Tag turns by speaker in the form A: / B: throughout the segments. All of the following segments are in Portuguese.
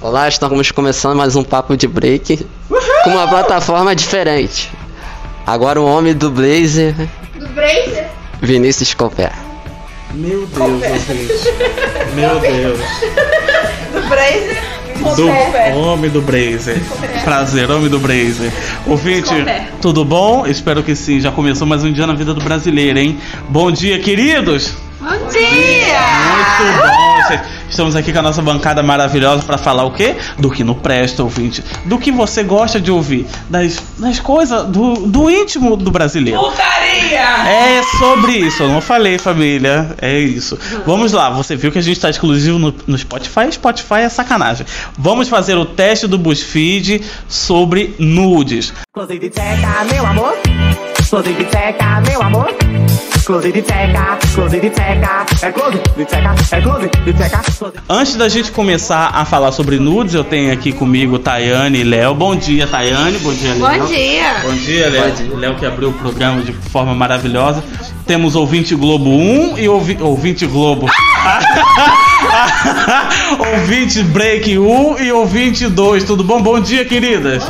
A: Olá, estamos começando mais um papo de break com uma plataforma diferente. Agora o homem do Blazer,
B: Do Bracer?
A: Vinícius Copé.
C: Meu Deus, gente. Meu Deus.
B: Do Bracer?
C: Do homem do Brazer. Prazer, homem do Brazer. Ouvinte,
B: Desconfere.
C: tudo bom? Espero que sim. Já começou mais um dia na vida do brasileiro, hein? Bom dia, queridos!
B: Bom dia!
C: Muito bom, gente. Estamos aqui com a nossa bancada maravilhosa para falar o quê? Do que não presta, ouvinte. Do que você gosta de ouvir. Das, das coisas do, do íntimo do brasileiro.
D: Putaria!
C: É sobre isso, eu não falei, família. É isso. Vamos lá, você viu que a gente tá exclusivo no, no Spotify? Spotify é sacanagem. Vamos fazer o teste do BuzzFeed sobre nudes.
E: Close de teca, meu amor. Close de teca, meu amor. Close de teca, close de teca. É close de teca, é close de teca. Close
C: Antes da gente começar a falar sobre nudes, eu tenho aqui comigo Tayane e Léo. Bom dia, Tayane. Bom dia, Léo.
B: Bom dia!
C: Bom dia, Léo. Léo que abriu o programa de forma maravilhosa. Temos ouvinte Globo 1 e ouvi- ouvinte Globo. ouvinte Break 1 e ouvinte 2. Tudo bom? Bom dia, queridas.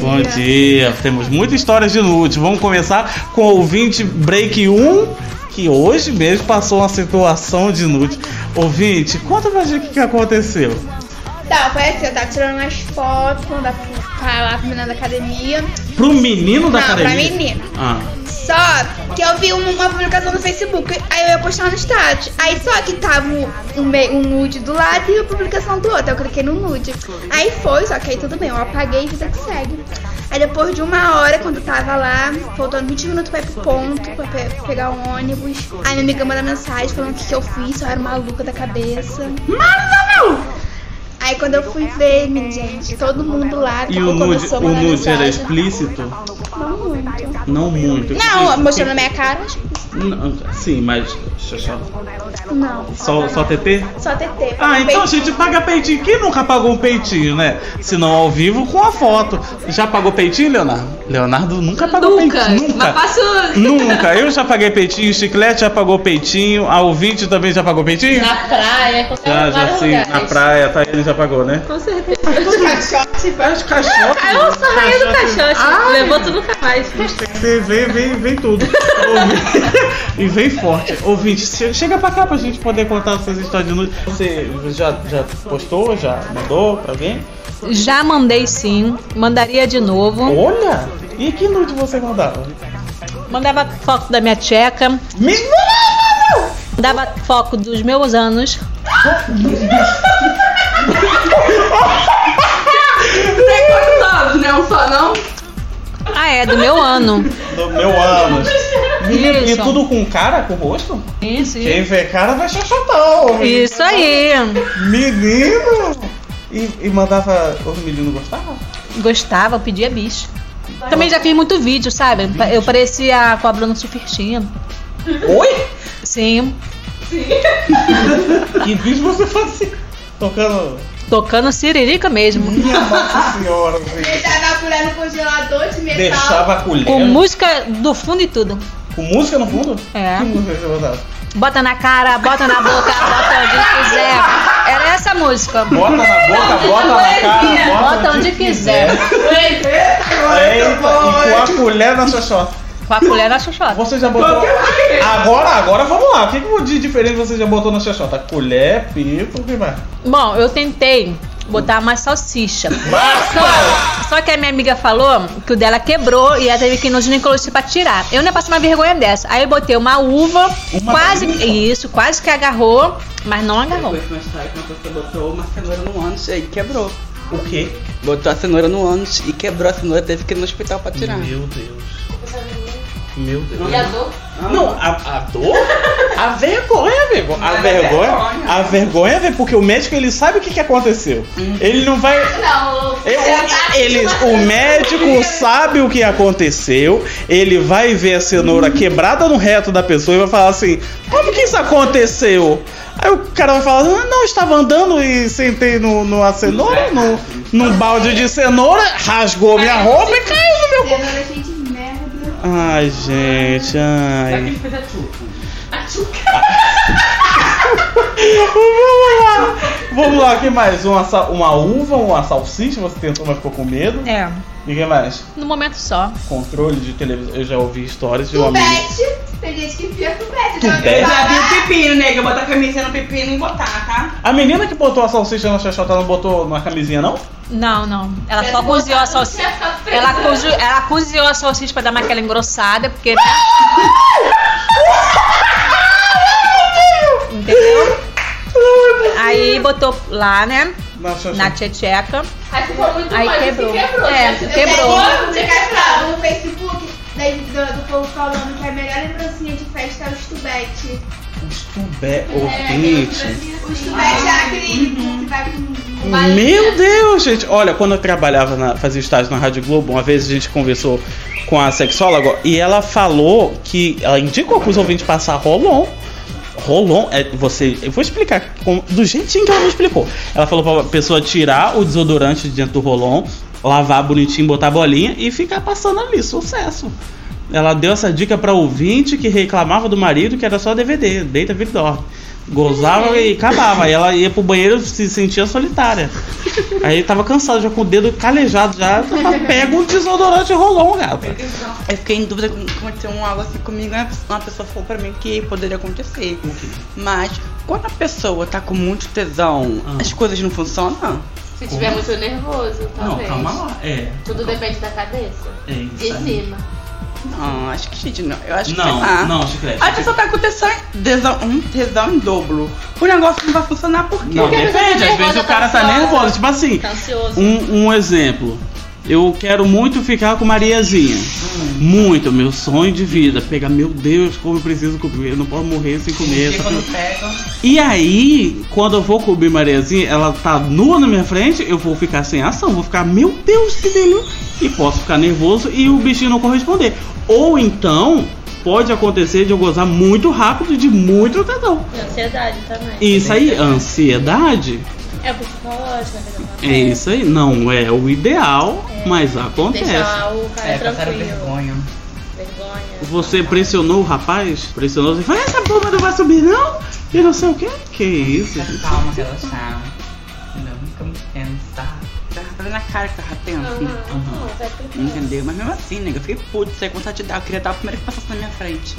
C: Bom dia. Temos muitas histórias de nude. Vamos começar com o ouvinte Break 1, que hoje mesmo passou uma situação de nude. Ouvinte, conta pra gente o que que aconteceu.
B: Tá, foi assim, eu tava tirando umas fotos da, pra lá pra menina da academia.
C: Pro menino da
B: Não, pra
C: academia?
B: menina.
C: Ah.
B: Só que eu vi um- uma publicação no Facebook, aí eu ia postar no status. Aí só que tava um, um, me- um nude do lado e a publicação do outro. Eu cliquei no nude. Aí foi, só que aí tudo bem, eu apaguei e vida que segue. Aí depois de uma hora, quando eu tava lá, faltando 20 minutos pra ir pro ponto, pra pe- pegar o ônibus, aí minha amiga manda mensagem falando o que, que eu fiz, se eu era maluca da cabeça. Aí quando eu fui ver, minha gente, todo mundo lá,
C: E
B: daqui a né?
C: o
B: pouco eu
C: nude,
B: sou
C: o
B: uma
C: nude era
B: mensagem.
C: explícito?
B: Não muito.
C: Não muito.
B: Não,
C: Porque-
B: mostrando a minha cara, acho
C: é um- Não, Sim, mas. só- só-
B: que não.
C: Só, só TT?
B: Só TT.
C: Ah, então
B: Peitinho.
C: a gente paga peitinho. Quem nunca pagou um peitinho, né? Se não ao vivo, com a foto. Já pagou peitinho, Leonardo? Leonardo nunca pagou
D: Nunca,
C: peitinho. Nunca.
D: mas passo
C: Nunca. Eu já paguei peitinho, o Chiclete já pagou peitinho, a ouvinte também já pagou peitinho?
D: na praia,
C: Ah,
D: é
C: já, já sim, na praia, tá? Ele já pagou, né?
D: Com certeza.
C: Os cachorros.
D: Ah, Eu sou a rainha do caixote,
F: Ah,
C: Ai.
D: levanto nunca mais.
C: Você vem, vem, vem tudo. Ouvi- e vem forte. Ouvinte, che- chega pra cá pra gente poder contar essas histórias de nude. Você já, já postou? Já mandou pra alguém?
F: Já mandei sim, mandaria de novo.
C: Olha! E que nude você mandava?
F: Mandava foto da minha tcheca,
C: Me...
F: dava foto dos meus anos.
D: Tem quantos anos, né? Um só não?
F: Ah, é, do meu ano.
C: Do meu ânus. E, e
F: Isso.
C: tudo com cara, com rosto?
F: Isso,
C: Quem vê cara vai chachotão.
F: isso aí.
C: Menino! E, e mandava os meninos gostavam?
F: Gostava, pedia bicho. Também já fiz muito vídeo, sabe? Eu parecia a cobra no supertinha.
C: Oi?
F: Sim,
C: Que bicho você fazia? Tocando.
F: tocando siririca mesmo.
C: Minha Nossa Senhora, gente.
B: Ele tá tava furando congelador de metal.
C: Deixava a colher.
F: Com música do fundo e tudo.
C: Com música no fundo?
F: É.
C: Que música você botava?
F: Bota na cara, bota na boca, bota onde quiser. Era essa música.
C: Bota na boca, bota na cara, bota,
F: é Bota onde quiser.
C: Eita, e com a colher na xoxota.
F: Com a colher na xoxota.
C: Você já botou. Agora, agora vamos lá. O que, que de diferente você já botou na xoxota? Colher, pipo, o que mais?
F: Bom, eu tentei botar mais salsicha. Só, só que a minha amiga falou que o dela quebrou e ela teve que ir no ginecologista pra tirar. Eu não passei uma vergonha dessa. Aí eu botei uma uva,
C: Uma
F: quase.
C: uva?
F: Isso, quase que agarrou, mas não agarrou.
G: Depois, mais tarde, uma pessoa botou uma cenoura no ânus e quebrou.
C: O quê?
G: Botou a cenoura no ânus e quebrou a cenoura, teve que ir no hospital pra tirar.
C: Meu Deus. Meu Deus. E a dor? Não, a, a dor? A vergonha, amigo. A vergonha. A vergonha, velho, porque o médico ele sabe o que, que aconteceu. Ele não vai.
B: Não.
C: Eu- ele, o médico sabe o que aconteceu, ele vai ver a cenoura quebrada no reto da pessoa e vai falar assim: como que isso aconteceu? Aí o cara vai falar: "Ah, não, eu estava andando e sentei no, numa cenoura, no, num balde de cenoura, rasgou minha roupa e caiu no meu.
B: Cenoura cheia de merda.
C: Ai, gente, ai. Vamos lá! Vamos lá, que mais? Uma, sa- uma uva, uma salsicha, você tentou, mas ficou com medo.
F: É,
C: E que mais?
F: no momento só.
C: Controle de televisão. Eu já ouvi histórias de um amigo.
B: Tubete. Tem gente que enfia tubete.
C: Tubete?
D: Já
B: É,
D: vi o pepino, nega. Botar a camisinha no pepino e botar, tá?
C: A menina que botou a salsicha na xoxota não botou na camisinha, não?
F: Não, não. Ela só cozinhou a salsicha. Ela, cozi... ela cozinhou a salsicha pra dar uma aquela engrossada, porque. né? Entendeu? Aí botou lá, né?
C: Na xoxota.
F: Na tcheca.
D: Aí ficou muito
F: Aí
D: mole,
F: quebrou.
D: se quebrou.
F: É,
D: né?
F: quebrou.
B: Eu peguei no Facebook daí do, do povo falando que a melhor lembrancinha de festa é o tubete.
C: Estubé ouvinte.
B: O tubete é aquele que vai com...
C: Meu Deus, gente. Olha, quando eu trabalhava, na, fazia estágio na Rádio Globo, uma vez a gente conversou com a sexóloga e ela falou que. Ela indicou pros ouvintes passar rolon. Rolon, é, você. Eu vou explicar como- do jeitinho que ela me explicou. Ela falou pra pessoa tirar o desodorante de dentro do rolon, lavar bonitinho, botar a bolinha e ficar passando ali. Sucesso. Ela deu essa dica pra ouvinte que reclamava do marido que era só DVD, deita, vira e dorme. Gozava e acabava. Aí ela ia pro banheiro se sentia solitária. Aí tava cansado, já com o dedo calejado, já tava pega o desodorante e rolou, gata.
G: Eu fiquei em dúvida como aconteceu um algo assim comigo, né? uma pessoa falou pra mim que poderia acontecer. Mas quando a pessoa tá com muito tesão,
C: Ah.
G: as coisas não funcionam?
H: Se tiver muito nervoso, talvez.
C: lá. É,
H: Tudo depende da cabeça.
C: é
H: De cima.
G: Não, acho que gente, não. Eu acho que sei lá.
C: chiclete.
G: A pessoa tá com tesão, tesão, um tesão em dobro. O negócio não vai funcionar por quê?
C: Não,
H: Porque a pessoa
C: depende,
H: tá
C: às vezes
H: nervosa,
C: o cara tá
H: tá ansiosa.
C: nervoso. Tipo assim,
H: Tá ansioso.
C: um, um exemplo. Eu quero muito ficar com Mariazinha. Muito, meu sonho de vida. Pegar, meu Deus, como eu preciso comer. Eu não posso morrer sem comer. essa coisa.
G: pega.
C: E aí, quando eu vou cobrir Mariazinha, ela tá nua na minha frente, eu vou ficar sem ação, vou ficar, meu Deus, que delícia! E posso ficar nervoso e o bichinho não corresponder. Ou então, pode acontecer de eu gozar muito rápido de muito tesão.
H: E ansiedade também.
C: Isso aí, ansiedade?
H: É psicológica, né?
C: É isso aí, não é o ideal, mas acontece.
H: Deixar o
G: É,
H: cara tranquilo. Vergonha.
C: Você pressionou o rapaz? Pressionou, você falou, essa bomba não vai subir não? E não sei o que. Que isso, gente.
G: Calma, relaxar. Entendeu? Não fica muito tenso, tá? Tá tá vendo a cara que tava tenso?
H: Não, tá
G: Não
H: tranquilo.
G: assim. entendeu? Mas mesmo assim, nega, eu fiquei puto, sem vontade de dar. Eu queria dar o primeiro que passasse na minha frente.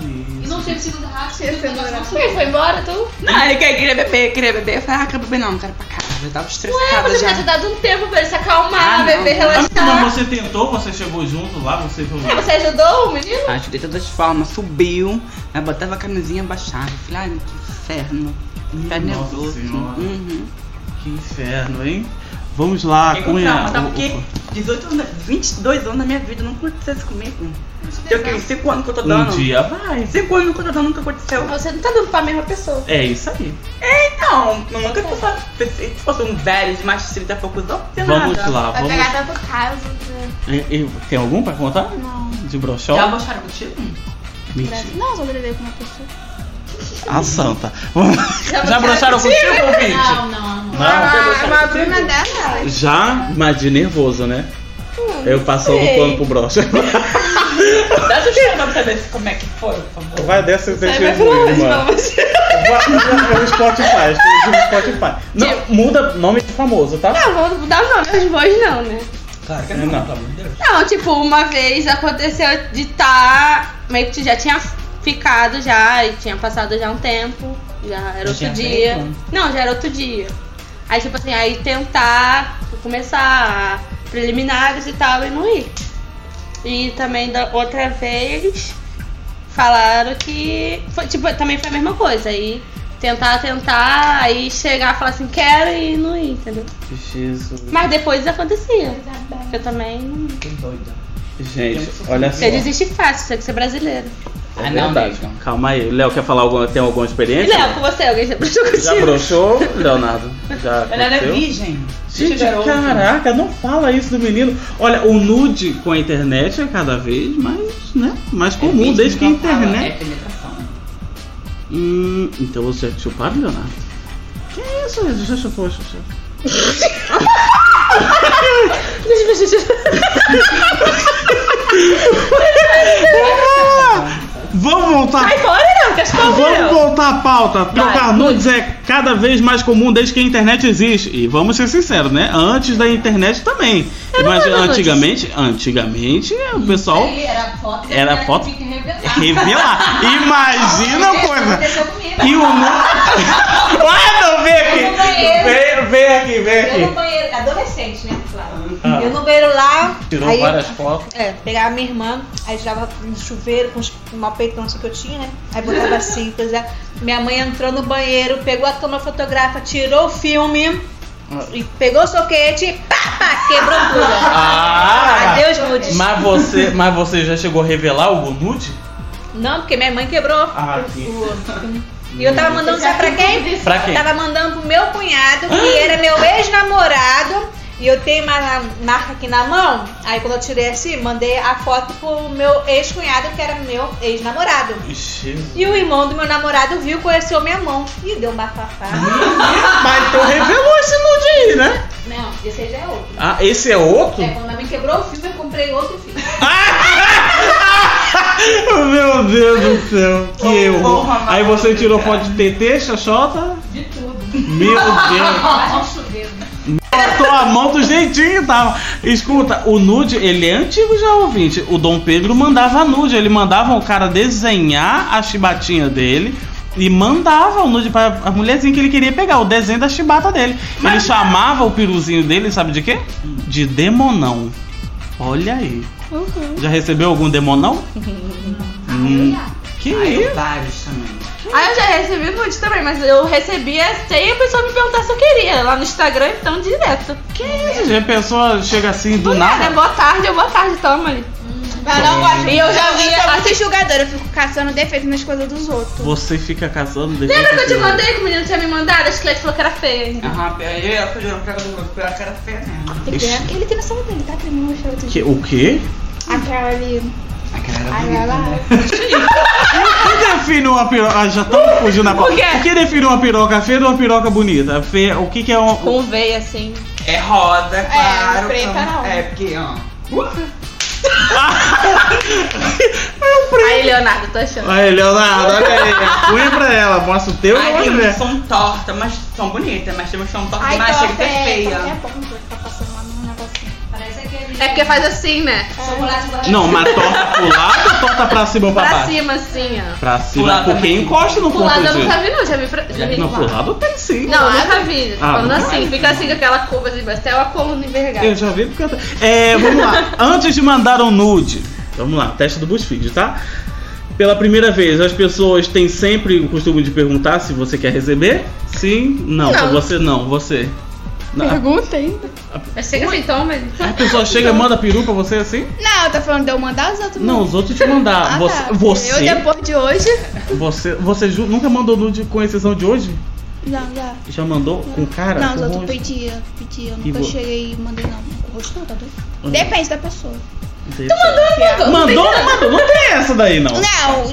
H: E não teve segundo rato,
B: Tinha
H: segundo
B: segundo
H: negócio. Por que foi embora, tu?
G: Não, ele queria, queria beber, queria beber. Eu falei, ah, quero beber não, quero ir pra casa. Eu tava
H: Ué,
G: estressada
H: você
G: já.
H: podia ter dado um tempo pra ele se acalmar,
G: Ah,
H: beber,
G: não.
H: relaxar.
C: você tentou, você chegou junto lá, você falou.
H: Mas Você ajudou o menino?
G: Ajudei de Ah, todas as formas, subiu, aí botava a camisinha baixava. Eu Falei, ai, que inferno. Tá
C: Nossa
G: nervoso.
C: Senhora.
G: Uhum.
C: Que inferno, hein? Vamos lá,
G: Fiquei com
C: Cunha.
G: trauma, tá?
C: O-
G: Porque
C: o-
G: 18 anos, 22 anos da minha vida não aconteceu isso comigo. Eu tenho 5 anos que eu tô
C: Um
G: dando.
C: dia vai.
G: 5 anos que eu tô dando, nunca aconteceu.
H: Você não tá dando pra mesma pessoa.
C: É isso aí.
G: Não, nunca que eu só- se fosse um velho de mais de 30 e poucos anos, não tem
C: Vamos
G: nada.
C: lá,
B: Vai
C: vamos.
B: pegar tanto caso. né?
C: E- e- É, Tem algum pra contar? Não. De broxó?
G: Já baixaram contigo?
C: Mentira.
B: Não, eu só gravei com uma pessoa.
C: A santa. Vamos- Já broxaram contigo, ouvinte?
H: Não, não, não.
B: Ah, uma bruna dela.
C: Já, mas de nervoso, né? Eu passou o pano pro broxo.
G: Hum, Dá seu chama pra ver como é que foi, por favor.
C: Vai dessa você testemunho, mano. É o Spotify, tem o Spotify. Não,
G: Tipo-
C: muda nome de famoso, tá?
H: Não, vou mudar o nome, as boas não, né?
G: Claro que
C: não, Não. pelo
G: amor de Deus.
H: Não, tipo, uma vez aconteceu de tá. Meio que já tinha ficado já, e tinha passado já um tempo. Já era outro
G: Já era
H: dia.
G: tempo.
H: Não, já era outro dia. Aí, tipo assim, aí tentar tipo, começar preliminares e tal e não ir. E também da outra vez falaram que. Foi, tipo, também foi a mesma coisa. Aí tentar, tentar, aí chegar e falar assim, quero e não ir, entendeu?
C: Jesus.
H: Mas depois acontecia. Eu também não.
G: Que doida.
C: Gente, olha só.
H: Você desiste fácil, você que ser brasileiro.
G: Ah,
C: É
G: não,
C: verdade.
G: nega.
C: Calma aí. Léo, quer falar alguma, tem alguma
H: E
C: experiência?
H: Léo, com você, alguém já prestou
C: Já
H: contigo?
C: broxou, Leonardo? Já
G: Ela era
C: aconteceu?
G: virgem.
C: Gente,
G: Deixa eu ver outro.
C: caraca, não fala isso do menino. Olha, o nude com a internet é cada vez mais, né, mais
G: É
C: comum,
G: virgem,
C: desde que a
G: não fala,
C: internet...
G: É penetração.
C: Hum, então você é chupado, Leonardo? Que isso? Você chupou, chuchu. Vamos voltar.
G: Ah!
H: Vai embora, não, que é as
C: vamos voltar à pauta. Trocar nudes é cada vez mais comum desde que a internet existe. E vamos ser sinceros, né? Antes da internet também. Mas
F: mando nudes.
C: antigamente, antigamente o pessoal
I: Era foto. né, que
C: Era
I: a
C: foto?
I: Tinha que revelar.
C: revelar. Imagina a coisa.
I: Aconteceu comigo.
C: E o nu- Ué, não, vem
I: Eu
C: aqui.
I: no banheiro.
C: Vem, vem aqui, vem
I: Eu no
C: aqui.
I: banheiro, adolescente, né, claro.
C: Ah.
I: Eu no banheiro lá.
C: Tirou
I: aí,
C: várias fotos.
I: É, pegava minha irmã, aí tirava um chuveiro com os- uma peitona assim que eu tinha, né? Aí botava assim, coisa. Minha mãe entrou no banheiro, pegou a câmera fotografa, tirou o filme. E pegou o soquete, pá, pá, quebrou tudo.
C: Ah!
I: Adeus, nudes.
C: Mas você, mas você já chegou a revelar algum nude?
I: Não, porque minha mãe quebrou.
C: Ah, sim.
I: E eu tava mandando sabe pra quem?
C: Pra quem? Ah!
I: Tava mandando pro meu cunhado, que era meu ex-namorado. E eu tenho uma marca aqui na mão. Aí quando eu tirei assim, mandei a foto pro meu ex-cunhado, que era meu ex-namorado.
C: Jesus.
I: E o irmão do meu namorado viu, conheceu minha mão. E deu um bafafá.
C: Mas então revelou esse nude aí, né?
I: Não, esse aí já é outro.
C: Ah, esse é outro?
I: É, quando a mãe quebrou o filme, eu comprei outro filme.
C: Meu Deus do céu, que erro. Aí você tirou foto de TT, Xaxota?
I: De tudo.
C: Meu Deus.
I: Mas é um não choveu.
C: Cortou a mão do jeitinho e tal. Escuta, o nude, ele é antigo já, ouvinte. O Dom Pedro mandava nude. Ele mandava o cara desenhar a chibatinha dele. E mandava o nude pra a mulherzinha que ele queria pegar, o desenho da chibata dele. Ele chamava o piruzinho dele, sabe de quê? De demonão. Olha aí.
H: Uhum.
C: Já recebeu algum demonão? Hum. Que isso?
D: Vários também.
H: Ah, eu já recebi nude também, mas eu recebia sem a pessoa me perguntar se eu queria. Lá no Instagram, então, direto. Que
C: A pessoa chega assim do nada.
H: Boa tarde, eu boa tarde, toma ali.
B: Mas não gosto.
H: E eu já vi
B: Eu sou
H: a-
B: muito julgadora, eu fico caçando defeito nas coisas dos outros.
C: Você fica caçando
H: Lembra que eu te mandei que o menino tinha me mandado? Acho que ele falou que era feia ainda.
D: Aham, eu ia fazer uma cara do cara cara feia mesmo.
B: Tem que ver aquele tem noção dele, tá? Que ele me mostrou outro dia.
C: Que, o quê?
B: Aquela ali.
D: Aquela era
B: Aquela
H: né?
B: lá.
C: Quem define uma piroca? Ah, já estamos fugindo na pauta.
H: quê?
C: Quem define uma piroca feia ou uma piroca bonita? Feia, o que, que é um.
H: Com veia assim.
D: É rosa, é claro.
B: preta
D: então-
B: não.
D: É, porque, ó.
H: Aí, Leonardo, tô achando.
C: Aí, Leonardo, olha aí. Punha pra ela, mostra o teu e
D: Ai,
C: mostra
D: tem
G: um
C: o
D: umas
C: dela.
D: são tortas, mas são bonitas, mas tem umas que são tortas,
B: Ai,
D: mas
B: tô
D: chega que é feia.
B: Tá bom, tá passando lá num negocinho.
I: Parece aquele
H: É porque faz assim, né?
I: chocolate lá.
C: Não, mas torta pro lado ou torta pra cima ou pra,
H: Pra
C: baixo?
H: cima, assim, ó.
C: Pra
D: Pro
C: cima,
D: lado
C: porque
D: também.
C: encosta no
H: Pro
C: ponto
H: lado eu
C: de.
H: nunca vi, não. Já vi pra. Já vi
C: Não, É pro
H: lá.
C: lado tem sim.
H: Não, eu nunca vi. Tô
C: Ah,
H: falando
C: não.
H: assim. Fica assim com aquela curva de baixo. Até a coluna envergada.
C: Eu já vi porque eu tô- É, vamos lá. Antes de mandar um nude, vamos lá, teste do BuzzFeed, tá? Pela primeira vez, as pessoas têm sempre o costume de perguntar se você quer receber? Sim, não,
H: Não.
C: você não, você. Não.
B: Pergunta ainda.
H: Mas chega assim, toma.
C: A pessoa chega e manda peru pra você assim?
B: Não, tá falando de eu mandar os outros.
C: Não, os outros te mandaram.
B: Ah,
C: Você,
B: tá. Eu
C: você,
B: depois de hoje.
C: você, você ju- nunca mandou nude com exceção de hoje?
B: Não, já.
C: Já mandou com cara?
B: não, os
C: com
B: outros
C: rosto?
B: pediam, pediam.
C: E
B: Nunca
C: vo-
B: cheguei e mandei não. Com rosto não, tá doido?
C: Uhum.
B: Depende da pessoa.
C: Tu
B: Tá
C: mandou, mandou? Mandou, não mandou. Não tem essa daí, não.
B: Não,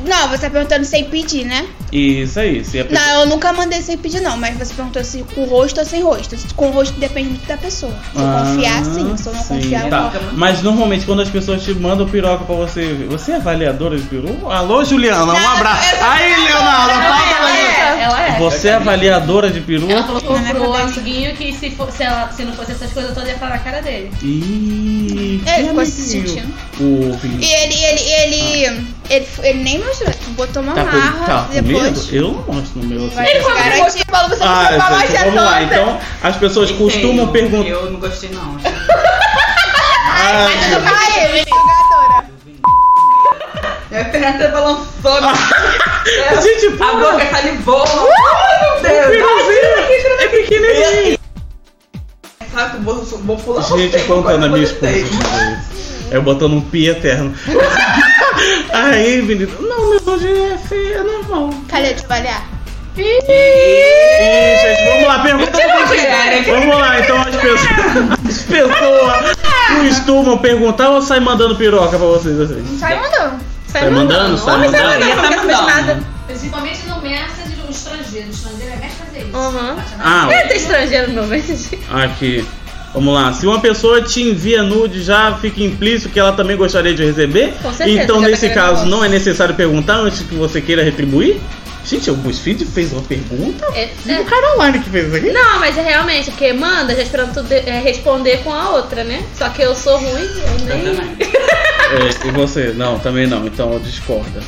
B: não, você tá perguntando sem pedir, né?
C: Isso aí. Se a pessoa...
B: Não, eu nunca mandei sem pedir, não. Mas você perguntou se com rosto ou sem rosto. Com rosto depende muito da pessoa. Se eu
C: Ah,
B: confiar, sim. Se eu não
C: sim,
B: confiar,
C: tá.
B: não.
C: Mas normalmente quando as pessoas te mandam piroca pra você, você é avaliadora de peru? Alô, Juliana, um
B: Não,
C: abraço.
B: eu sou
C: Aí, Leonardo, palma
I: Ela
C: aí.
I: é, ela é.
C: Você é avaliadora de peru?
I: Ela falou
B: Não é
I: pro
B: verdade.
I: amiguinho que se, for- se, ela, se não fosse essas coisas todas, ia falar na cara dele.
C: Ih,
B: Ele ficou
C: que
B: se
C: amiguinho.
B: sentindo.
C: O
B: E
C: Felipe
B: ele, ele, ele, ele, ele nem mostrou. Botou uma
C: tá com,
B: marra
C: tá com
B: depois.
C: medo? Eu não mostro no meu assim.
B: Ele foi garantir, falou, você
C: Ah,
B: precisa falar
C: gente,
B: já
C: vamos lá. Então, as pessoas costumam
D: Feio,
C: perguntar.
D: Eu não gostei, não.
C: Ah,
B: Ai, ele é jogadora.
D: Minha perna
G: é
D: balançou.
C: gente, pô,
D: A boca
G: tá
D: salivou. Meu
C: o
D: Deus.
C: peruzinho é pequenininho.
G: Tá,
D: Sabe que o bolso vou pular.
C: Gente, contando a minha esposa. Eu botando um pi eterno. Aí, menino. Não, meu hoje é feio, é normal.
B: Cadê de valhar?
C: Ih, gente, vamos lá, pergunta do
G: né?
C: BuzzFeed. Vamos lá, então as pessoas. As pessoas costumam perguntar ou sai mandando piroca pra vocês assim?
B: Sai mandando.
C: Sai mandando, sai mandando.
I: Principalmente no message do estrangeiro. O estrangeiro é mais fazer isso.
H: Aham.
C: Ah,
H: É até estrangeiro no meu vídeo.
C: aqui. Vamos lá, se uma pessoa te envia nude, já fica implícito que ela também gostaria de receber.
H: Com certeza,
C: então,
H: já tá
C: nesse
H: querendo
C: caso,
H: foto.
C: não é necessário perguntar antes que você queira retribuir? Gente, o BuzzFeed fez uma pergunta?
H: É,
C: Foi
H: é.
C: o Caroline um que fez isso aqui?
H: Não, mas é realmente, porque manda já esperando tu de- é, responder com a outra, né? Só que eu sou ruim, eu nem.
C: É, e você? Não, também não. Então discorda.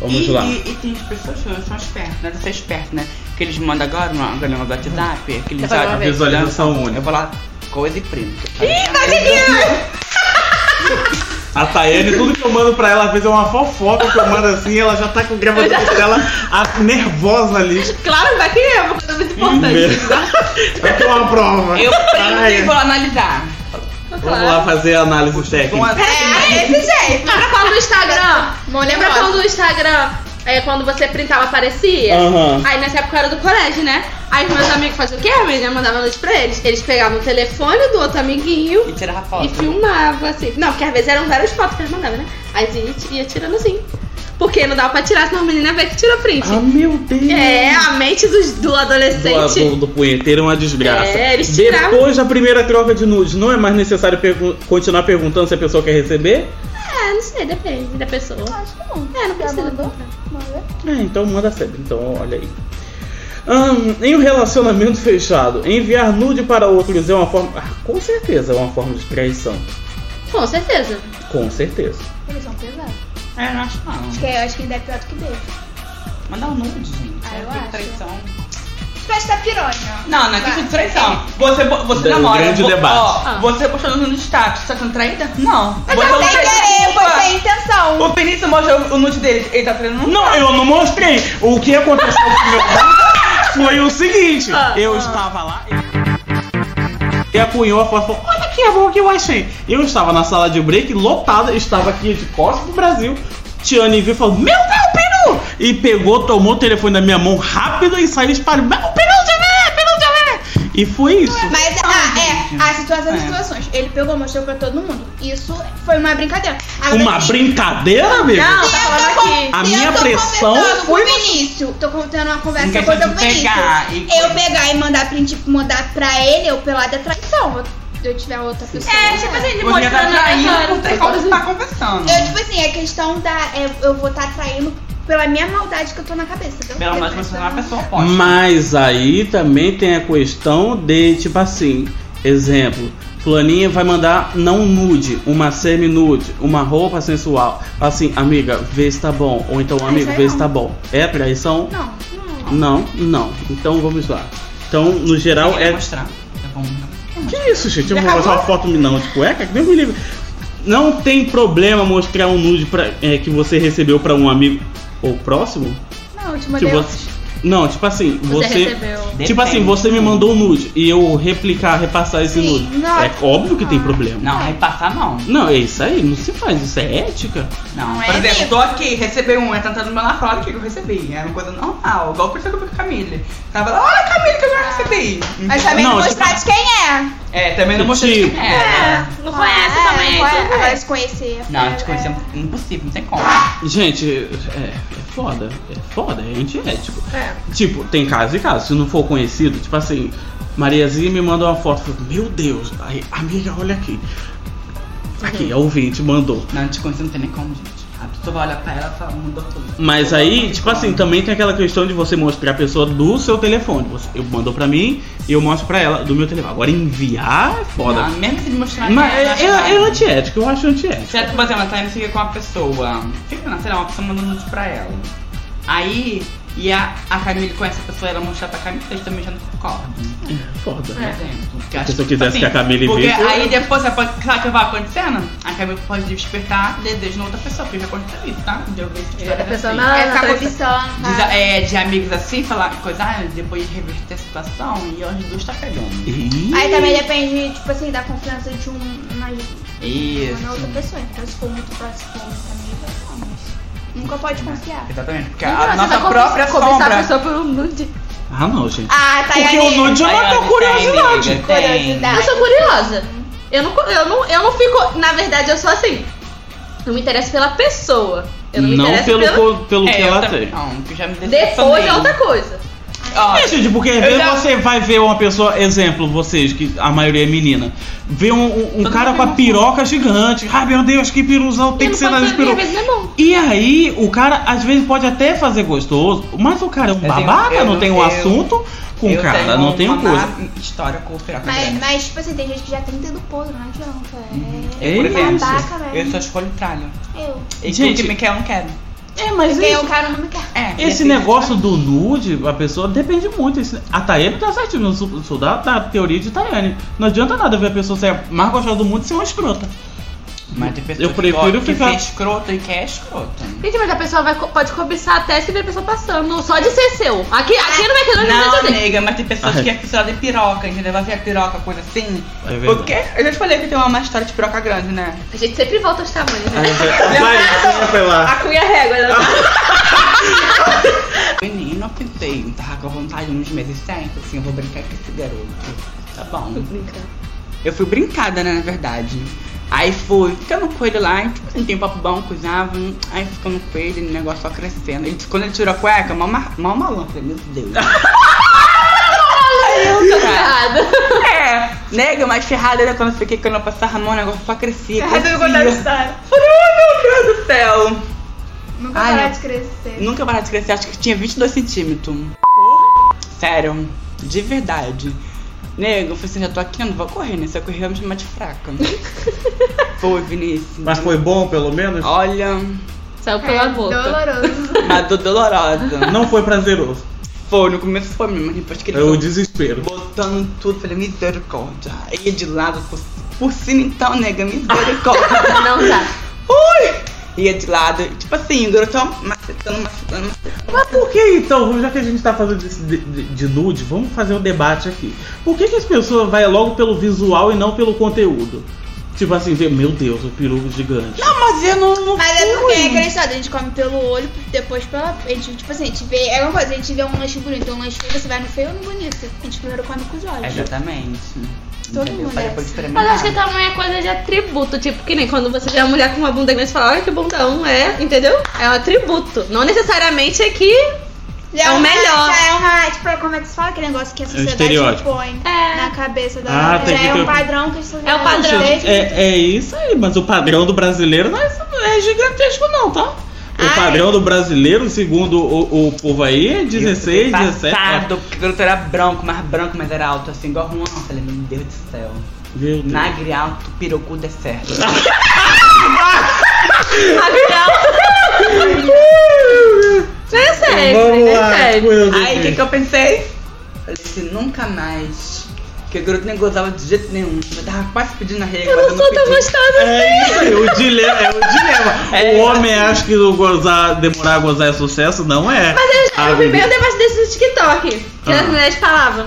C: Vamos
G: e,
C: lá.
G: E, e tem as pessoas que são espertas, né? Você é esperto, né? Que eles mandam agora no agora no
C: Uhum.
G: WhatsApp, aqueles
C: Tá,
H: falar uma
G: áudios-
H: vez.
C: Visualização
G: Eu
C: única.
G: vou lá, coisa e print.
C: A Tayane, tudo que eu mando pra ela, às vezes é uma fofoca que eu mando assim, ela já tá com o gravador dela a- nervosa ali.
H: Claro, vai que é, uma coisa muito importante.
C: Aqui é uma prova.
G: Eu printo e
C: Ai,
G: vou lá analisar.
C: Vamos lá fazer a análise
G: Vão
C: técnica.
B: É, desse jeito.
H: Lembra quando o Instagram?
B: Molha
H: Lembra
B: mola.
H: quando o Instagram, é, quando você printava, aparecia?
C: Aham.
H: Aí nessa época eu era do colégio, né? Aí os meus amigos faziam o quê? A menina mandava noite pra eles. Eles pegavam o telefone do outro amiguinho
G: E tirar a
H: e
G: foto. né?
H: filmava, assim. Não, porque às vezes eram várias fotos que eles mandavam, né? Aí a gente ia tirando assim. Porque não dava pra tirar, senão a menina vê que tirou print.
C: Ah, meu Deus!
H: É, a mente dos- do
C: Do,
H: adolescente.
C: do, do punheteiro é uma desgraça.
H: É, eles tiraram.
C: Depois da primeira troca de nudes, não é mais necessário pergu- continuar perguntando se a pessoa quer receber?
H: É, não sei, depende da pessoa.
B: Acho que não.
H: É, não precisa.
B: mandou?
C: É, então manda sempre. Então, olha aí. Ahn, em um relacionamento fechado, enviar nude para outros é uma forma. Ah, com certeza é uma forma de traição.
H: Com certeza.
C: Com certeza.
B: Eles são pesados.
G: É, eu acho não.
B: Acho que, eu acho que ele deve pior do que beijo.
G: Mandar um nude, gente.
B: Ah,
G: é
B: eu
G: tudo
B: acho.
G: traição.
B: Espécie da piranha.
G: Não, não é questão de traição. Você, bo- você
C: Um
G: namora.
C: grande
G: vo-
C: debate.
G: ó,
H: Ah.
G: Você postou no status, você tá sendo traída? Não.
B: Mas
G: Você
B: eu
G: não
B: Tá sem
G: traiu.
B: querer, foi sem intenção.
G: O Vinícius mostrou o nude dele, ele tá traindo? Não.
C: Não, eu não mostrei. O que aconteceu com o meu nude foi o seguinte:
H: Ah,
C: eu estava lá. e- E apunhou a foto olha que é bom que eu achei. Eu estava na sala de break, lotada, estava aqui de costas pro Brasil. Tiane viu e falou: Meu Deus, peru! E pegou, tomou o telefone da minha mão rápido e saiu espalhando: Meu peru, já vê, peru, já vê! E foi isso.
B: Mas ah, é, a situação das situações. Ele pegou, mostrou pra todo mundo. Isso foi uma brincadeira. Agora,
C: Uma
B: se-
C: brincadeira, amigo?
H: Não, tá
B: se eu tô
H: falando
B: con-
H: aqui.
C: A
B: se eu
C: minha
B: tô
C: pressão
B: conversando
C: foi-
B: Com o Vinícius, tô contando uma
G: Em
B: conversa com
G: questão
B: o
G: de
B: Vinícius.
G: pegar e
B: Eu
G: coisa.
B: pegar e mandar print, mandar pra ele, eu pelado é traição. Eu tiver outra pessoa.
H: É, tipo assim, de
G: Você tá
H: mostrando a
G: traindo
H: cara.
G: por ter como você tá conversando.
B: Eu, tipo assim, a questão da. é, eu vou estar traindo pela minha maldade que eu tô na cabeça. entendeu?
G: Pelo menos
B: Depois
G: você
B: eu
G: não é uma pessoa oposta.
C: Mas aí também tem a questão de, tipo assim, exemplo, Fulaninha vai mandar não nude, uma semi-nude, uma roupa sensual. Assim, amiga, vê se tá bom. Ou então, amigo,
B: aí
C: vê se
B: não.
C: tá bom. É traição?
B: Não, não.
C: Não, não. Então vamos lá. Então, no geral,
G: Eu
C: é.
G: vou mostrar. Tá bom.
C: Que isso, gente? Eu vou mostrar uma foto não de cueca? Que Deus me livre. Não tem problema mostrar um nude pra, é, que você recebeu pra um amigo ou próximo?
B: Não, tipo, eu te
C: Que
B: mandei.
C: você- Não, tipo assim, você.
H: Você recebeu.
G: Depende.
C: Tipo assim, você me mandou um nude e eu replicar, repassar esse
B: Sim,
C: nude.
B: não. Ah.
C: É óbvio que tem problema.
G: Não, repassar não.
C: Não, é isso aí, não se faz, isso é ética.
G: Não,
B: Não
G: por
B: é
G: exemplo,
B: mesmo.
G: tô aqui, recebi um, é tentando me lacrar, o que que eu recebi? Era uma coisa normal, igual por isso que eu vi com a Camille. Tava lá, olha a Camille que eu já recebi.
B: Mas também
C: Não,
B: não,
C: tipo-
B: mostrar de quem é.
G: É, também não mostrei de
C: Tipo.
G: quem era.
H: Não conhece
B: Ah,
H: também.
B: é, Agora,
H: então,
B: agora
H: é.
B: se conhecer.
G: Não, te conhecer
B: É.
G: é impossível, não tem como.
C: Gente, é, é foda, é foda, é antiético. É. Tipo, tem caso e caso, se não for conhecido, tipo assim, Mariazinha me mandou uma foto, falou, meu Deus, aí, amiga, olha aqui.
G: Uhum.
C: Aqui, a ouvinte mandou.
G: Não, te conhecer não tem nem como, gente. A pessoa vai olhar pra ela e fala, mudou tudo. Ah,
C: Mas aí, tipo assim, também tem aquela questão de você mostrar a pessoa do seu telefone. Você eu mandou pra mim e eu mostro pra ela do meu telefone. Agora enviar é foda.
G: Não, mesmo se me mostrar
C: Mas
G: eu
C: é,
G: acho
C: é,
G: nada.
C: é antiético, eu acho antiético.
G: Certo, por exemplo, a Thaís fica com uma pessoa. Fica, não, sei lá, uma pessoa mandando nude pra ela. Aí, e a, a Camille conhece a pessoa, ela mostrar pra Camille, eles também já não concordam.
C: É foda.
G: Por exemplo. Que eu acho
C: Se eu
G: que, tipo assim,
C: quisesse que a Camille
G: Porque
C: visse-
G: aí depois, sabe o que vai acontecendo? A Camille pode despertar desejo na outra pessoa, porque já aconteceu isso, tá? De eu ver essa história
H: A pessoa
G: assim.
H: não,
B: É
H: não,
B: ficar
H: tá
B: cobiçando.
G: Diz-
B: tá?
G: é, de amigos assim, falar coisa, ah, depois reverter a situação e os dois tá pegando.
C: Ih,
B: Aí também depende, tipo assim, da confiança de um na, na outra
G: Isso.
B: pessoa. Então se for muito próximo com outra amiga, não, mas nunca pode confiar.
G: Exatamente, porque
H: Então,
G: a
H: você
G: nossa
H: vai
G: própria
H: conquistar- conquistar
G: sombra.
H: a pessoa por um nude.
C: Ah, não, gente.
B: Ah, tá
C: Porque o nude é
G: Aí,
C: uma
G: olha,
C: curiosidade.
G: tem, tem.
B: Curiosidade.
H: Eu sou curiosa. Eu não, eu, não, eu não fico. Na verdade, eu sou assim. Eu me interesso pela pessoa. Eu não me
C: Não
H: interesso
C: pelo,
H: pelo.
C: co- pelo que
G: É, eu
C: ela
G: também
C: tem.
G: não, que já me
H: Depois
G: decepcionei.
H: é outra coisa.
G: Ó,
C: É, gente, porque às
G: Eu
C: vezes
G: já-
C: você vai ver uma pessoa, exemplo, vocês, que a maioria é menina, vê um- um, um
G: Todo
C: cara
G: mundo
C: com a
G: tem uma
C: piroca gigante. Ai meu Deus, que piruzão, tem que ser nas piroca.
H: vezes é bom.
C: E aí, o cara às vezes pode até fazer gostoso, mas o cara é um
G: tenho-
C: babaca,
G: eu
C: não
G: não
C: tem um
G: tenho-
C: assunto com o
G: eu
C: cara,
G: tenho um
C: não tem
G: uma
C: uma coisa.
G: má História com o piroca
B: Mas,
G: grande.
B: mas, tipo assim, tem gente que já tem dedo podre, não adianta. É.
C: É
G: Por exemplo,
B: babaca, né? velho.
G: eu só escolho tralha.
B: Eu.
G: E
C: Gente-
G: gente, que me quer, eu não quero.
C: É, mas
B: Ganhei um cara, não me quer.
G: É, e
C: Esse
G: assim,
C: negócio do nude, a pessoa depende muito. Esse- a Tayane tá certinho, eu sou, sou da, da teoria de Tayane. Não adianta nada ver a pessoa ser a mais gostosa do mundo e ser uma escrota.
G: Mas tem pessoa
C: Eu prefiro
G: que, que
C: ficar-
G: é escroto e quer escroto.
J: Gente, mas a pessoa vai, co- pode cobiçar até se ver a pessoa passando, só de ser seu. Aqui, aqui não vai ter nada de
G: Não,
J: ser seu.
G: nega, mas tem pessoas
C: Ai.
G: que é fissurada em piroca, entendeu? Vai ver a piroca, coisa assim.
C: É verdade.
G: Porque eu já te falei que tem uma má história de piroca grande, né?
J: A gente sempre volta aos tamanhos, né?
C: É. Vai, vai lá.
J: A cunha régua, né?
G: Menino, eu pintei, tava com vontade uns meses sempre, assim, eu vou brincar com esse garoto. Tá bom. Eu fui brincada, né, na verdade. Aí fui ficando com ele lá, e, tipo assim, tem um papo bom, coisava, aí ficando com ele, o negócio só crescendo. Ele, quando ele tirou a cueca, mal, mar- mal malandro, falei, meu Deus.
J: Errado.
G: É, nega, mas ferrada era quando eu fiquei, quando eu passava a mão, o negócio só crescia.
B: Arrasa
G: crescia.
B: no contar história.
G: Falei, ai meu Deus do céu.
B: Nunca
G: Ai,
B: parar
G: não.
B: de crescer.
G: Nunca parar de crescer, acho que tinha 22 centímetros. Sério, de verdade. Nego, eu falei assim, já tô aqui, eu não vou correr, né? Se eu correr, eu me chamar de fraca. Foi, Vinícius.
C: Mas foi bom, pelo menos?
G: Olha,
J: Saiu
B: É
J: pela boca.
B: doloroso.
G: mas tô dolorosa.
C: Não foi prazeroso.
G: Foi, no começo foi mesmo, mas depois que ele
C: É o
G: foi
C: desespero.
G: botando tudo, falei, misericórdia. E de lado, por, por cima então, nega, misericórdia.
J: Não tá. dá.
G: Ui! Ia de lado, tipo assim, o garoto ó, macetando, macetando, macetando.
C: Mas por que então, já que a gente tá falando desse de, de- de nude, vamos fazer um debate aqui. Por que, que as pessoas vai logo pelo visual e não pelo conteúdo? Tipo assim, vê, meu Deus, o peru gigante.
G: Ah, mas eu não, não
B: Mas é porque
G: fui.
B: é aquela história, a gente come pelo olho, depois pela. A gente, tipo assim, a gente vê. É uma coisa, a gente vê um lanche bonito, um lanche feio, você vai no feio ou no bonito. A gente primeiro come com os
G: É,
B: olhos.
G: Exatamente.
B: Todo
G: Entendeu?
B: mundo
G: Pra
B: é
G: depois experimentar.
J: Mas eu acho que também é coisa de atributo, tipo, que nem quando você vê uma mulher com uma bunda grande e fala, olha que bundão, é, entendeu? É um atributo. Não necessariamente é que
B: Já
J: É o
B: uma-
J: melhor.
B: Já é uma. Tipo, como é que se fala aquele negócio que a sociedade
C: um estereótipo.
B: impõe
J: É.
B: na cabeça da.
C: Ah,
B: já
C: tem que
B: é
C: ter-
B: um padrão que a sociedade
J: É o padrão.
B: impõe.
C: É, é isso aí, mas o padrão do brasileiro não é,
J: tá
C: é gigantesco, não, tá? O
B: Ah,
C: padrão do brasileiro, segundo o, o povo aí, é 16, 17.
G: Passado, porque o garoto era branco, mais branco, mas era alto, assim, igual Juan. Eu falei, meu Deus do céu.
C: Meu Deus.
G: Nagre alto, pirocudo é certo.
J: é sexo,
C: Vamos
J: né?
C: lá,
J: É sexo.
C: meu Deus.
G: Aí, o que que eu pensei? Falei assim, nunca mais. Porque o garoto nem gozava de jeito nenhum. Eu tava quase pedindo a regra.
J: Eu
G: mas
J: não sou tão
G: pedi.
J: gostosa. assim,
C: É isso aí, o dilema. É o dilema.
G: É.
C: o homem acha que o gozar, demorar a gozar é sucesso, não é.
J: Mas eu,
C: A
J: eu
G: um
J: vi bem
C: vida-
J: o debate desse TikTok. Que
C: Ah.
J: as mulheres falavam.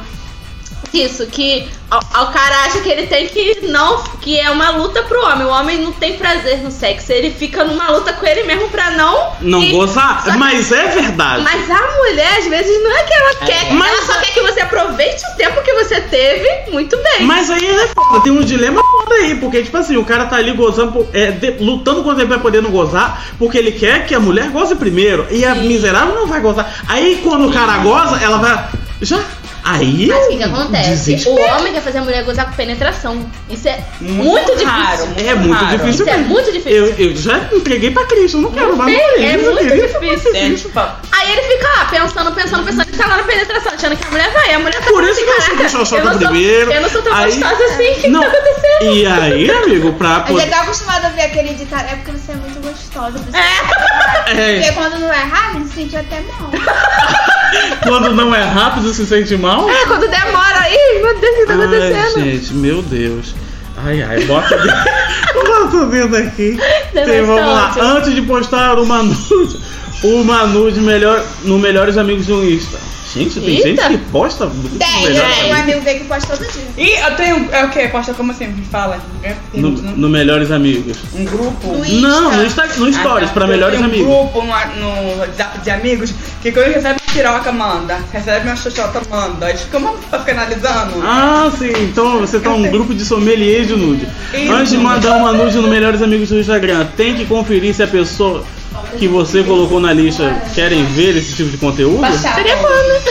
J: Isso, que ao, ao cara acha que ele tem que não. Que é uma luta pro homem. O homem não tem prazer no sexo. Ele fica numa luta com ele mesmo pra não.
C: Não
J: e-
C: gozar?
J: só que-
C: Mas é verdade.
J: Mas a mulher, às vezes, não é que ela quer. Ela só quer que você aproveite o tempo que você teve muito bem.
C: Mas aí é foda, tem um dilema foda aí, porque tipo assim, o cara tá ali gozando, por- é, de- lutando contra ele pra poder não gozar, porque ele quer que a mulher goze primeiro, e a miserável não vai gozar. Aí quando o cara goza, ela vai. Já? Aí.
J: Mas
C: é
J: o que, que
C: um
J: acontece?
C: desespero.
J: O homem quer fazer a mulher gozar com penetração. Isso é muito,
G: raro,
J: difícil.
C: É muito
G: raro.
C: difícil
J: Isso é
C: mesmo.
J: muito difícil.
C: Eu, eu já entreguei pra Cristo, não quero mais mulher.
J: É
C: isso eu
J: muito
C: queria.
J: difícil.
G: É, tipo,
J: Aí ele fica lá, pensando, pensando, pensando, ele tá lá na penetração, achando que a mulher vai. A mulher tá
C: Por
J: falando
C: isso
J: assim,
C: que eu
J: "Caraca,
C: cheguei xoxota
J: eu não sou-
C: primeiro."
J: Eu não sou tão
C: Aí-
J: gostosa assim, o que que
C: Não.
J: tá acontecendo? tá
C: E aí, amigo, pra
B: Eu já
C: poder.
B: tava acostumada a ver aquele ditado, é porque você é muito gostosa. Você...
C: É,
B: Porque quando não é rápido, sente até mal.
C: quando não é rápido, se sente mal?
J: É, quando demora aí, meu Deus, o que tá
C: Ai,
J: acontecendo?
C: gente, meu Deus. Ai, ai, bota o dedo, bota o dedo aqui. Tem, vamos lá.
J: Demassante.
C: Antes de postar uma nude, uma nude melhor, no Melhores Amigos do Insta. Gente, tem
J: Eita.
C: gente que posta nude no
B: Tem, eu
C: Melhores
B: tenho um
C: Amigos.
B: amigo dele que posta todo dia.
G: E eu tenho. É o quê? Posta como assim? Me fala. É, tem
C: No,
G: um-
C: no Melhores Amigos.
G: Um grupo.
B: No
C: Não, no,
B: Insta.
C: Insta, no Stories,
G: Ah, tá.
C: pra
G: Eu
C: Melhores
G: tenho
C: Amigos.
G: um grupo no, no WhatsApp de amigos que quando recebe piroca, manda. Recebe uma xoxota, manda. Aí fica uma pra ficar analisando.
C: Ah, sim. Então você tá um grupo de sommelier de nude.
G: Isso.
C: Antes de mandar uma nude no Melhores Amigos do Instagram, tem que conferir se a pessoa que você colocou na lista querem ver esse tipo de conteúdo?
J: Seria bom, né?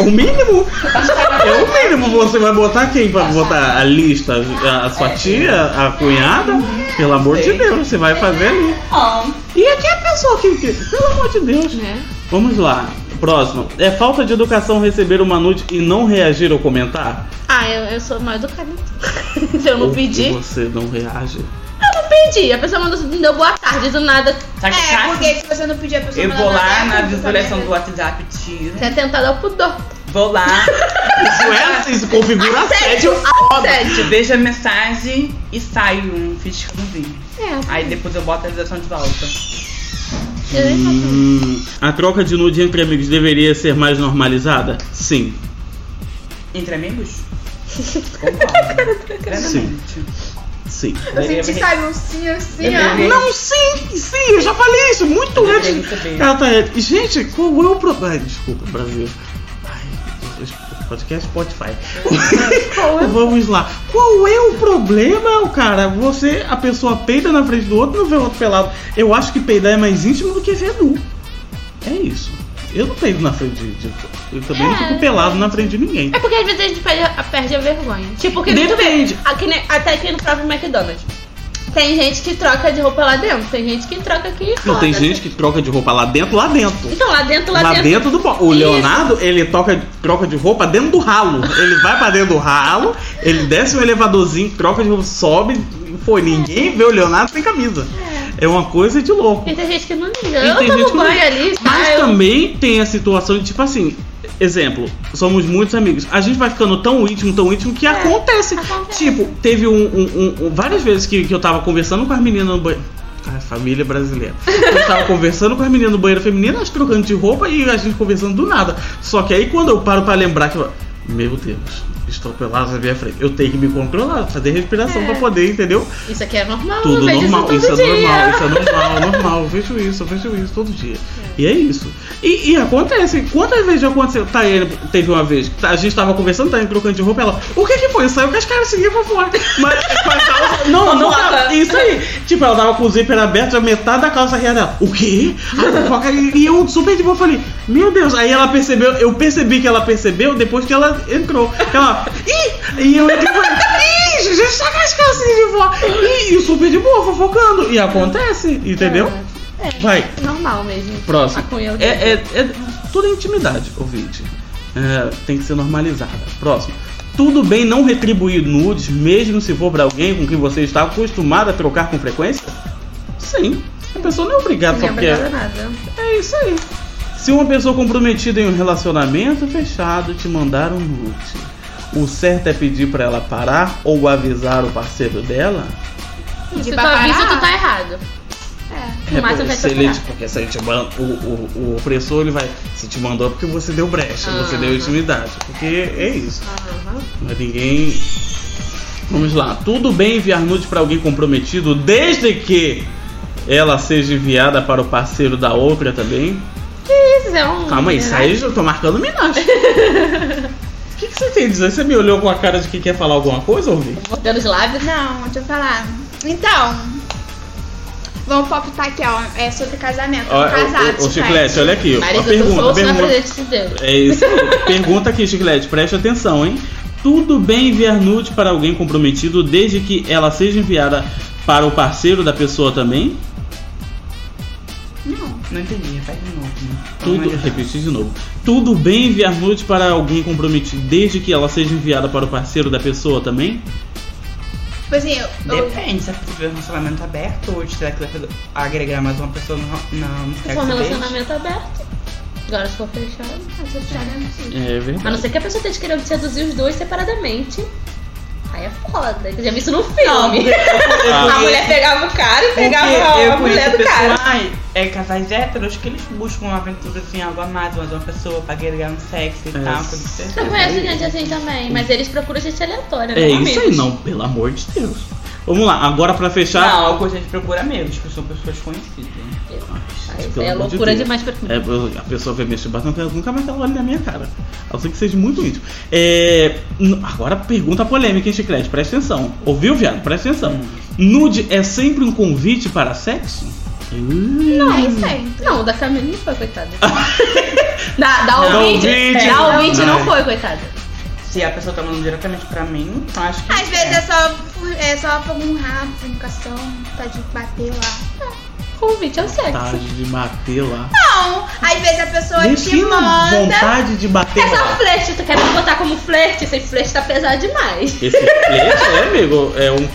C: O mínimo? É o mínimo. Você vai botar quem pra botar a lista? A, a sua tia? A cunhada? Pelo amor de Deus, você vai fazer ali. E aqui é a pessoa que. que- Pelo amor de Deus. Vamos lá. Próximo. É falta de educação receber uma nude e não reagir ou comentar?
J: Ah, eu, eu sou mal educada. então. eu não
C: Ou
J: pedi. Eu
C: Você não reage.
J: não pedi. A pessoa mandou, me deu boa tarde do nada. né,
C: tá
B: É, porque se você não pedir a pessoa
G: Tá Eu vou
B: mandar
G: lá
B: nada,
G: na
B: você
G: visualização
B: também- né?
G: do WhatsApp, tiro.
J: Você é tentado ao pudor.
G: Vou lá.
C: Isso é, isso configura assédio.
G: Foda. Vejo a mensagem e saio um fiscãozinho.
J: É.
G: Aí depois eu boto a realização de volta.
C: Hum, a troca de nude entre amigos deveria ser mais normalizada? Sim.
G: Entre amigos? Concordo. Grandemente.
C: Sim.
B: Eu senti, sabe, um sim, um sim, ó.
G: Deveria-
C: Não, sim, sim, eu já falei isso muito
G: deveria
C: antes.
G: receber.
C: Cara, tá, é- gente, qual é o problema? Ai, Desculpa, Brasil. Ai, podcast Spotify. Vamos lá. Qual é o problema, cara? Você, a pessoa peida na frente do outro e não vê o outro pelado. Eu acho que peidar é mais íntimo do que ver nu. É isso. Eu não peido na frente de. de- eu também não fico pelado na frente de ninguém.
J: É porque às vezes a gente perde a, perde a vergonha. Tipo, que
C: Depende.
J: Aqui, né, até aqui no próprio McDonald's. Tem gente que troca de roupa lá dentro, tem gente que troca aqui
C: Não,
J: fora.
C: tem gente que troca de roupa lá dentro, lá dentro.
J: Então, lá dentro, lá,
C: Lá
J: dentro.
C: dentro do bo- O
J: Isso.
C: Leonardo, ele toca, troca de roupa dentro do ralo. Ele vai pra dentro do ralo, ele desce um elevadorzinho, troca de roupa, sobe. Pô, ninguém vê o Leonardo sem camisa. É uma coisa de louco.
J: E tem gente que não liga.
C: E
J: Eu
C: tem gente
J: tomo
C: que não
J: banho ali, tá,
C: Mas
J: saio.
C: também tem a situação de, tipo assim, exemplo, somos muitos amigos. A gente vai ficando tão íntimo, tão íntimo,
J: É,
C: que acontece. Tipo, teve um, um- um- um- Várias vezes que, que eu tava conversando com as meninas no banheiro. Ah, família brasileira. Eu tava conversando com as meninas no banheiro feminino, elas trocando de roupa e a gente conversando do nada. Só que aí quando eu paro pra lembrar que. eu- Meu Deus, estou pelado na minha frente. Eu tenho que me controlar, fazer
J: É.
C: respiração pra poder, entendeu?
J: Isso aqui é normal,
C: Tudo
J: eu vejo
C: normal,
J: isso
C: isso,
J: todo
C: é
J: dia.
C: normal, isso é normal, normal. Eu vejo isso, eu vejo isso todo dia. E é isso. E, e acontece, quantas vezes já aconteceu? Taiane teve uma vez, a gente tava conversando, tá Taiane trocando de roupa, ela, o que que foi? Saiu com as caras seguiam pra fora. Mas com a calça. Não, não,
J: tá.
C: tava- isso aí. Tipo, ela tava com o zíper aberto, já metade da calça ria dela. O quê? A fofoca, e eu super de boa falei, meu Deus. Aí ela percebeu, eu percebi que ela percebeu depois que ela entrou. Que ela, ih! E eu tipo, ih, já está com as calcinhas tá de fora. Ih, e super de boa, fofocando. E acontece, entendeu? Vai.
J: É, Normal mesmo.
C: Próximo.
J: Maconha, eu né?
C: É, é, é tudo é intimidade, ouvinte. É, tem que ser normalizada. Próximo. Tudo bem não retribuir nudes, mesmo se for pra alguém com quem você está acostumado a trocar com frequência? Sim. A pessoa não é obrigada
J: Não
C: só
J: é
C: porque.
J: obrigada a nada.
C: É isso aí. Se uma pessoa comprometida em um relacionamento fechado te mandar um nude, o certo é pedir pra ela parar ou avisar o parceiro dela?
J: Se
I: De
J: tu
I: paparazzi.
J: avisa, tu tá errado.
C: É,
J: O Márcio
C: pô,
J: vai
C: excelente,
J: procurar.
C: porque se a gente manda, o, o, o opressor ele vai. Se te mandou é porque você deu brecha,
J: Ah.
C: você deu intimidade. Porque é isso. Mas ninguém. Vamos lá. Tudo bem enviar nude pra alguém comprometido desde que ela seja enviada para o parceiro da outra também.
J: Isso é um...
C: Calma aí, isso aí eu já tô marcando minagem. O que, que você tem a dizer? Você me olhou com a cara de que quer falar alguma coisa, ouvi?
J: Mordendo os lábios.
B: Não, deixa eu falar. Então, vamos palpitar aqui, ó. É sobre casamento.
C: Ó,
B: Casado,
C: Ô, ô, ô, Chiclete, olha aqui. ó,
J: Marido
C: A
J: do
C: pergunta, a
J: bolso na
C: pergunta.
J: presente de Deus.
C: É isso. Pergunta aqui, Chiclete, preste atenção, hein? Tudo bem enviar nude para alguém comprometido desde que ela seja enviada para o parceiro da pessoa também?
G: Não entendi, repete de novo. né?
C: Tudo, repeti de novo. Tudo bem enviar nude para alguém comprometido desde que ela seja enviada para o parceiro da pessoa também?
B: Tipo assim, eu, eu,
G: Depende, se a pessoa tiver um relacionamento aberto ou se ela quiser agregar mais uma pessoa no, no, no
J: Se for
G: sexo
J: um
G: date.
J: relacionamento aberto. Agora, se for fechado... tá
C: É
J: A
C: verdade.
J: não ser que a pessoa esteja querendo seduzir os dois separadamente. Aí é foda. Eu já vi isso no filme.
G: Não, porque- Ah.
J: a mulher pegava o cara e pegava a, a mulher do cara.
G: Ai, é casais héteros que eles buscam uma aventura assim, algo a mais, mais uma pessoa pra agregar no sexo e
C: É.
G: tal, tudo certo.
J: Eu conheço gente assim também, mas eles procuram gente aleatória,
C: É
J: não
C: isso aí,
J: amigos.
C: não, pelo amor de Deus. Vamos lá, agora para fechar.
G: Não, eu gosto de procurar amigos, que tipo, são pessoas conhecidas.
J: Aí
C: Pelo
J: é
C: amor de
J: loucura
C: Deus.
J: demais pra mim.
C: É, eu- a pessoa vai mexer bastante, ela nunca mais ela olha na minha cara. A não ser que seja muito íntimo. É, n- agora pergunta polêmica, hein, Chiclete? Presta atenção. Ouviu, viado? Presta atenção. Nude é sempre um convite para sexo?
J: Hum.
H: Não,
B: Nem é sempre.
H: Não, o da Camila não foi, coitada. da, da
G: Da
H: ouvinte.
G: ouvinte.
H: Da ouvinte
G: Ai.
H: não foi, coitada.
G: Se a pessoa tá mandando diretamente pra mim, eu acho que.
B: Às vezes é só, por- é só por um rabo, por um cação, pode bater lá.
H: Convite é o sexo.
C: Vontade de bater lá.
B: Não, às vezes a pessoa te
C: Defina
B: manda.
C: vontade de bater
H: É só
J: um
C: lá.
H: flerte, tu quer me botar como flerte? Esse flerte tá pesado demais.
C: Esse flerte, é, amigo, é um.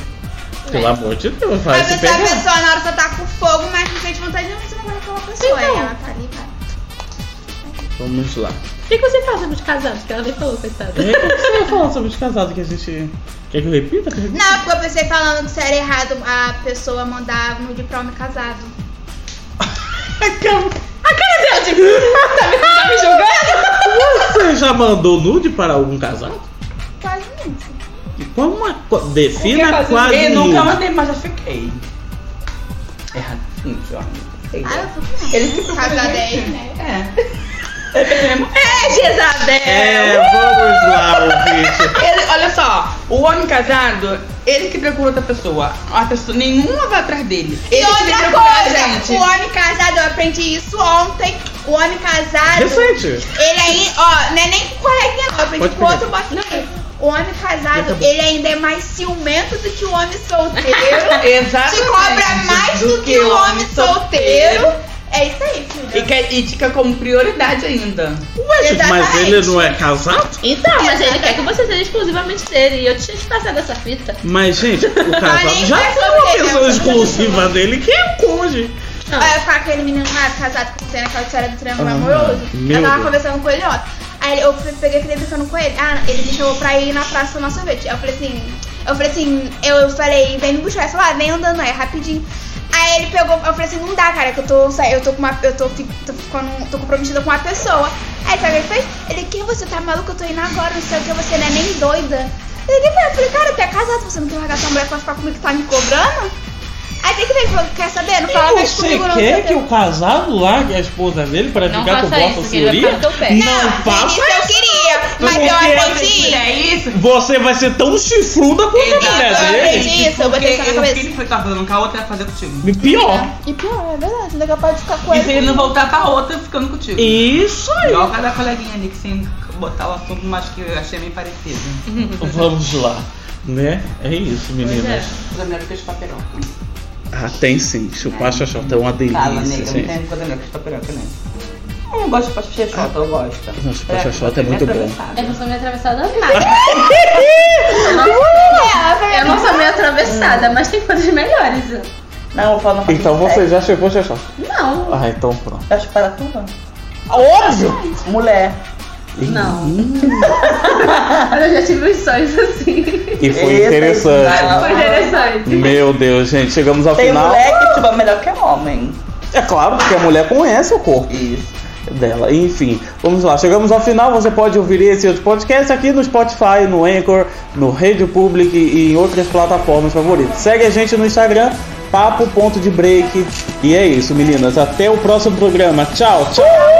C: Pelo amor de Deus, vai
B: Às
C: se
B: vezes a
C: pegar.
B: pessoa na hora só tá com fogo, mas não sente vontade não, mas você não vai aquela pessoa.
J: Então.
B: Aí ela tá ali, vai.
C: Vamos lá.
H: O que, que você faz sobre os casados? Que ela nem falou, coitada.
C: É, o que você ia falar sobre os casados que a gente. Quer que eu repita?
B: Não, porque eu pensei falando que se era errado a pessoa mandar nude pra homem casado.
C: Você já mandou nude para algum casado?
B: Quase nunca.
C: E Como é. co- Defina quase
G: Eu
C: nude.
G: nunca mandei, mas já fiquei. Errado. Hum, seu amigo.
B: Ah, eu fico Ele que casado é ele, né?
H: É, Jezabel!
C: É, vamos lá, ouvinte.
G: Ele- olha só, o homem casado, ele que procura outra pessoa. A pessoa nenhuma vai atrás dele.
B: E
G: Ele que vem
B: outra
G: procurar a
B: coisa, o
G: gente.
B: homem casado, eu aprendi isso ontem. O homem casado.
C: Recente.
B: Ele aí, ó, não é nem com coleguinha, não. Eu aprendi
C: Pode
B: com outro botinho. O homem casado, ele ainda é mais ciumento do que o homem solteiro.
G: Exatamente.
B: Te cobra mais do, que, o homem solteiro. É isso aí,
G: E,
B: filha.
G: quer, e fica como prioridade ainda.
C: Mas ele não é casado?
H: Então, mas ele quer que você seja exclusivamente dele. E eu tinha te passado essa fita.
C: Mas, gente, o casado
B: nem
C: já
B: vai
C: foi uma
B: saber, né?
C: pessoa exclusiva dele que é o cônjuge.
B: Aí eu ficava com aquele menino lá, casado com você naquela história do triângulo
C: Ah,
B: amoroso.
C: meu
B: Eu tava
C: Deus.
B: conversando com ele ontem. Aí eu fui- peguei aquele conversando com ele. Ah, ele me chamou pra ir na praça tomar sorvete. Aí eu falei assim, eu falei assim, eu falei, vem me buscar. Ele falou, ah, vem andando, é rapidinho. Aí ele pegou, eu falei assim, não dá, cara, que eu tô, sa- eu tô com uma, eu tô, fi- tô ficando, tô comprometida com uma pessoa. Aí sabe o que ele fez? Ele, que você tá maluco? Eu tô indo agora, não sei o que, você não é nem doida. Eu liguei pra ele, eu falei, cara, tu é casado, você não quer largar tua mulher pra ficar comigo que tá me cobrando? Aí tem que ver, ele falou, quer saber? Não fala mais
C: Você
B: comigo, não. não sei o
C: quer
B: quê."
C: que o casado largue a esposa dele para
H: Não
C: ficar com o
H: faça
C: vossa
H: isso, que ele vai
C: senhoria?
H: ficar no teu pé.
C: Não faça
B: Isso eu queria, mas eu
C: Porque-
B: aprendi.
G: É isso?
C: Você vai ser tão chifruda quanto a mulher
B: Eu
C: dele.
B: aprendi isso, eu
G: Porque
B: botei isso na minha
G: o que
B: cabeça.
G: ele foi casando um com a outra vai fazer contigo.
C: E Pior.
B: E pior, é verdade, você não é capaz de ficar com
G: E se ele
B: ele.
G: não voltar pra outra, ficando contigo.
C: Isso aí.
G: Igual cada coleguinha ali que sem botar o assunto, mas que eu achei meio parecido.
C: Vamos lá. Né? É isso, meninas.
G: Zanero fez papiroca.
C: Ah, tem sim. Chupar xoxota é uma delícia,
G: Fala, nega, não
C: gente.
G: tem coisa melhor que papiroca, né? Eu não gosto de papo xixota, eu gosto.
C: Não, chupar xoxota é muito bom.
H: Eu não sou meio atravessada nada. Eu não sou meio atravessada, mas tem coisas melhores.
G: Não, eu falo na faculdade.
C: Então você já chupou xoxota?
H: Não.
C: Ah, então pronto.
G: Eu acho para tudo.
C: Óbvio!
G: Mulher.
H: Não. Eu já tive uns sonhos assim.
C: E foi
G: Esse
C: interessante.
G: aí,
H: Foi interessante.
C: Meu Deus, gente, chegamos ao
G: Tem
C: final.
G: mulher que tipo, é melhor que homem.
C: É claro, porque a mulher conhece o corpo
G: Isso.
C: dela. Enfim, vamos lá. Chegamos ao final. Você pode ouvir esse outro podcast aqui no Spotify, no Anchor, no Rede Public e em outras plataformas favoritas. Segue a gente no Instagram, papo ponto de break. E é isso, meninas. Até o próximo programa. Tchau, tchau.